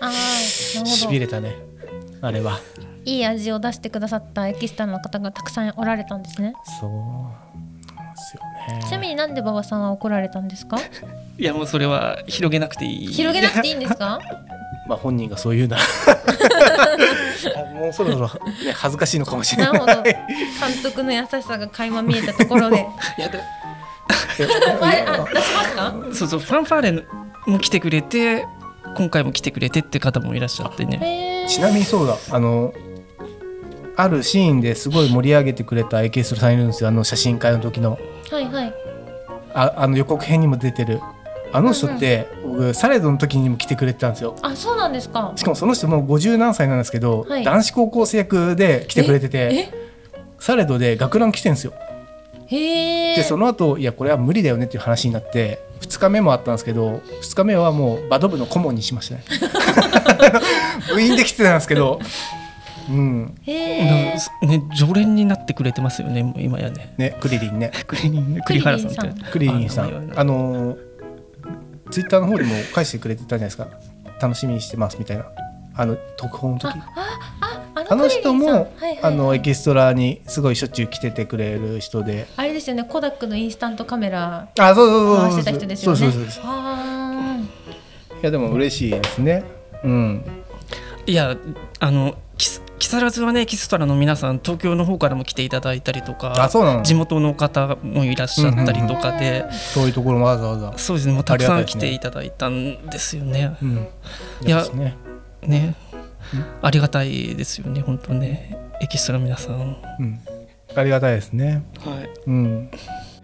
Speaker 2: あーなる
Speaker 3: し
Speaker 2: ほ
Speaker 3: び
Speaker 2: ど
Speaker 3: れたねあれはい
Speaker 2: い味を出してくださったエキストラの方がたくさんおられたんですね
Speaker 3: そうなんですよね
Speaker 2: ちなみになんで馬場さんは怒られたんですか
Speaker 4: いやもうそれは広げなくていい
Speaker 2: 広げなくていいんです か
Speaker 3: まあ本人がそう言うなもうそろそろ、ね、恥ずかしいのかもしれ
Speaker 2: な
Speaker 3: ない
Speaker 2: るほど監督の優しさが垣間見えたところで
Speaker 4: いやで
Speaker 2: あれあ出しますか
Speaker 4: そうそうファンファーレも来てくれて今回も来てくれてって方もいらっしゃってね
Speaker 2: へー
Speaker 3: ちなみにそうだあのあるシーンですごい盛り上げてくれたエキストラさんいるんですよあの写真会の時の
Speaker 2: はいはい
Speaker 3: ああの予告編にも出てるあの人って、僕サレドの時にも来てくれてたんですよ
Speaker 2: あそうなんですか
Speaker 3: しかもその人もう50何歳なんですけど、
Speaker 2: はい
Speaker 3: 男子高校生役で来てくれててサレドで学ラン来てんですよ
Speaker 2: えへえ
Speaker 3: でその後いやこれは無理だよねっていう話になって2日目もあったんですけど2日目はもうバド部の顧問にしました ね部員で来てたんですけどうん
Speaker 2: へえ
Speaker 4: な。そね常連になってくれてますよねもう今やね
Speaker 3: ねクリリンね
Speaker 4: クリリンね栗原さんって
Speaker 3: クリリンさ
Speaker 4: あの
Speaker 3: んあのツイッターの方にも返してくれてたじゃないですか楽しみにしてますみたいなあの特報の時
Speaker 2: あの
Speaker 3: あの人
Speaker 2: クリリン
Speaker 3: も
Speaker 2: さんはいはい
Speaker 3: あのエキストラにすごいしょっちゅう来ててくれる人で
Speaker 2: あれですよね。コダックのインスタントカメラ
Speaker 3: あそうそ
Speaker 2: 回
Speaker 3: う
Speaker 2: し
Speaker 3: そ
Speaker 2: て
Speaker 3: うそ
Speaker 2: た
Speaker 3: う
Speaker 2: 人ですよね。
Speaker 3: そうそうそう
Speaker 2: あ
Speaker 3: いやでも嬉しいですねうん
Speaker 4: いやあの木す木更津はねエキストラの皆さん東京の方からも来ていただいたりと
Speaker 3: あ
Speaker 4: か
Speaker 3: そうなの
Speaker 4: 地元の方もいらっしゃったりとかで、
Speaker 3: 遠いところもわざわざ
Speaker 4: そうですねもうたくさ
Speaker 3: あり
Speaker 4: ん
Speaker 3: がたいです
Speaker 4: 来
Speaker 3: ね
Speaker 4: ていただいたんですよね。
Speaker 3: うん
Speaker 4: いや
Speaker 3: ですね
Speaker 4: ねありがたいですよね本当ねエキストラの皆さん。は
Speaker 3: うんありがたいですね
Speaker 4: い
Speaker 3: うん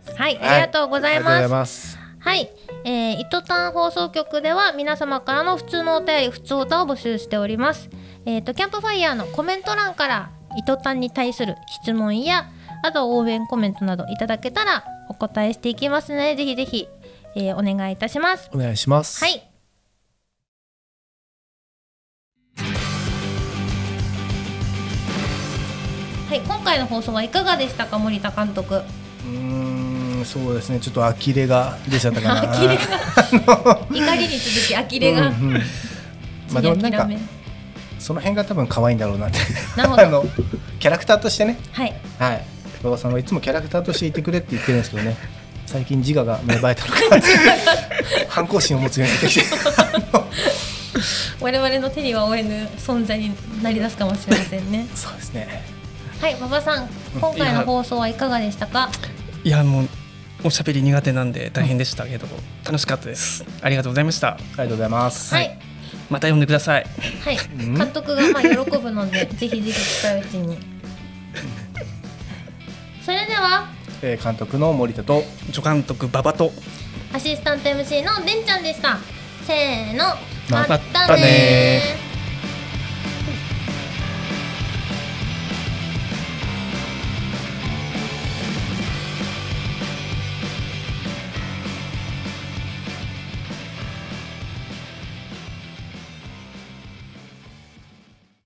Speaker 2: ーはい、ありがとうござい
Speaker 3: ありがとうござ
Speaker 2: ま
Speaker 3: い
Speaker 2: す。
Speaker 3: ます
Speaker 2: はい、えー、糸端放送局では皆様からの普通のお便り、普通歌を募集しております。えっ、とキャンプファイヤーのコメント欄から糸端に対する質問やあと応援コメントなどいただけたらお答えしていきますので、ぜひぜひ、えー、お願いいたします。
Speaker 3: お願いします
Speaker 2: はい。はい、今回の放送はいかがでしたか、森田監督。
Speaker 3: うーんんそうですねちょっと呆れが出ちゃったかな
Speaker 2: 呆れが怒りに続き呆れが、
Speaker 3: うんうんまあでもなんか
Speaker 2: 次諦め
Speaker 3: その辺が多分可愛いんだろうなって
Speaker 2: なるほど
Speaker 3: あのキャラクターとしてね
Speaker 2: はい
Speaker 3: はい馬場さんはいつもキャラクターとしていてくれって言ってるんですけどね最近自我が芽生えたのか 反抗心を持つようになってきて
Speaker 2: 我々の手には負えぬ存在になりだすかもしれませんね
Speaker 3: そうですね
Speaker 2: はい馬場さん今回の放送はいかがでしたか
Speaker 4: いやもうおしゃべり苦手なんで大変でしたけど、楽しかったですありがとうございました
Speaker 3: ありがとうございます、
Speaker 2: はい
Speaker 4: また呼んでください
Speaker 2: はい、監督がまあ喜ぶの でぜひぜひ近いうちにそれでは
Speaker 3: えー監督の森田と
Speaker 4: 助監督馬場と
Speaker 2: アシスタント MC のでんちゃんでしたせーの
Speaker 3: ま
Speaker 2: ま
Speaker 3: たねー
Speaker 2: ったねー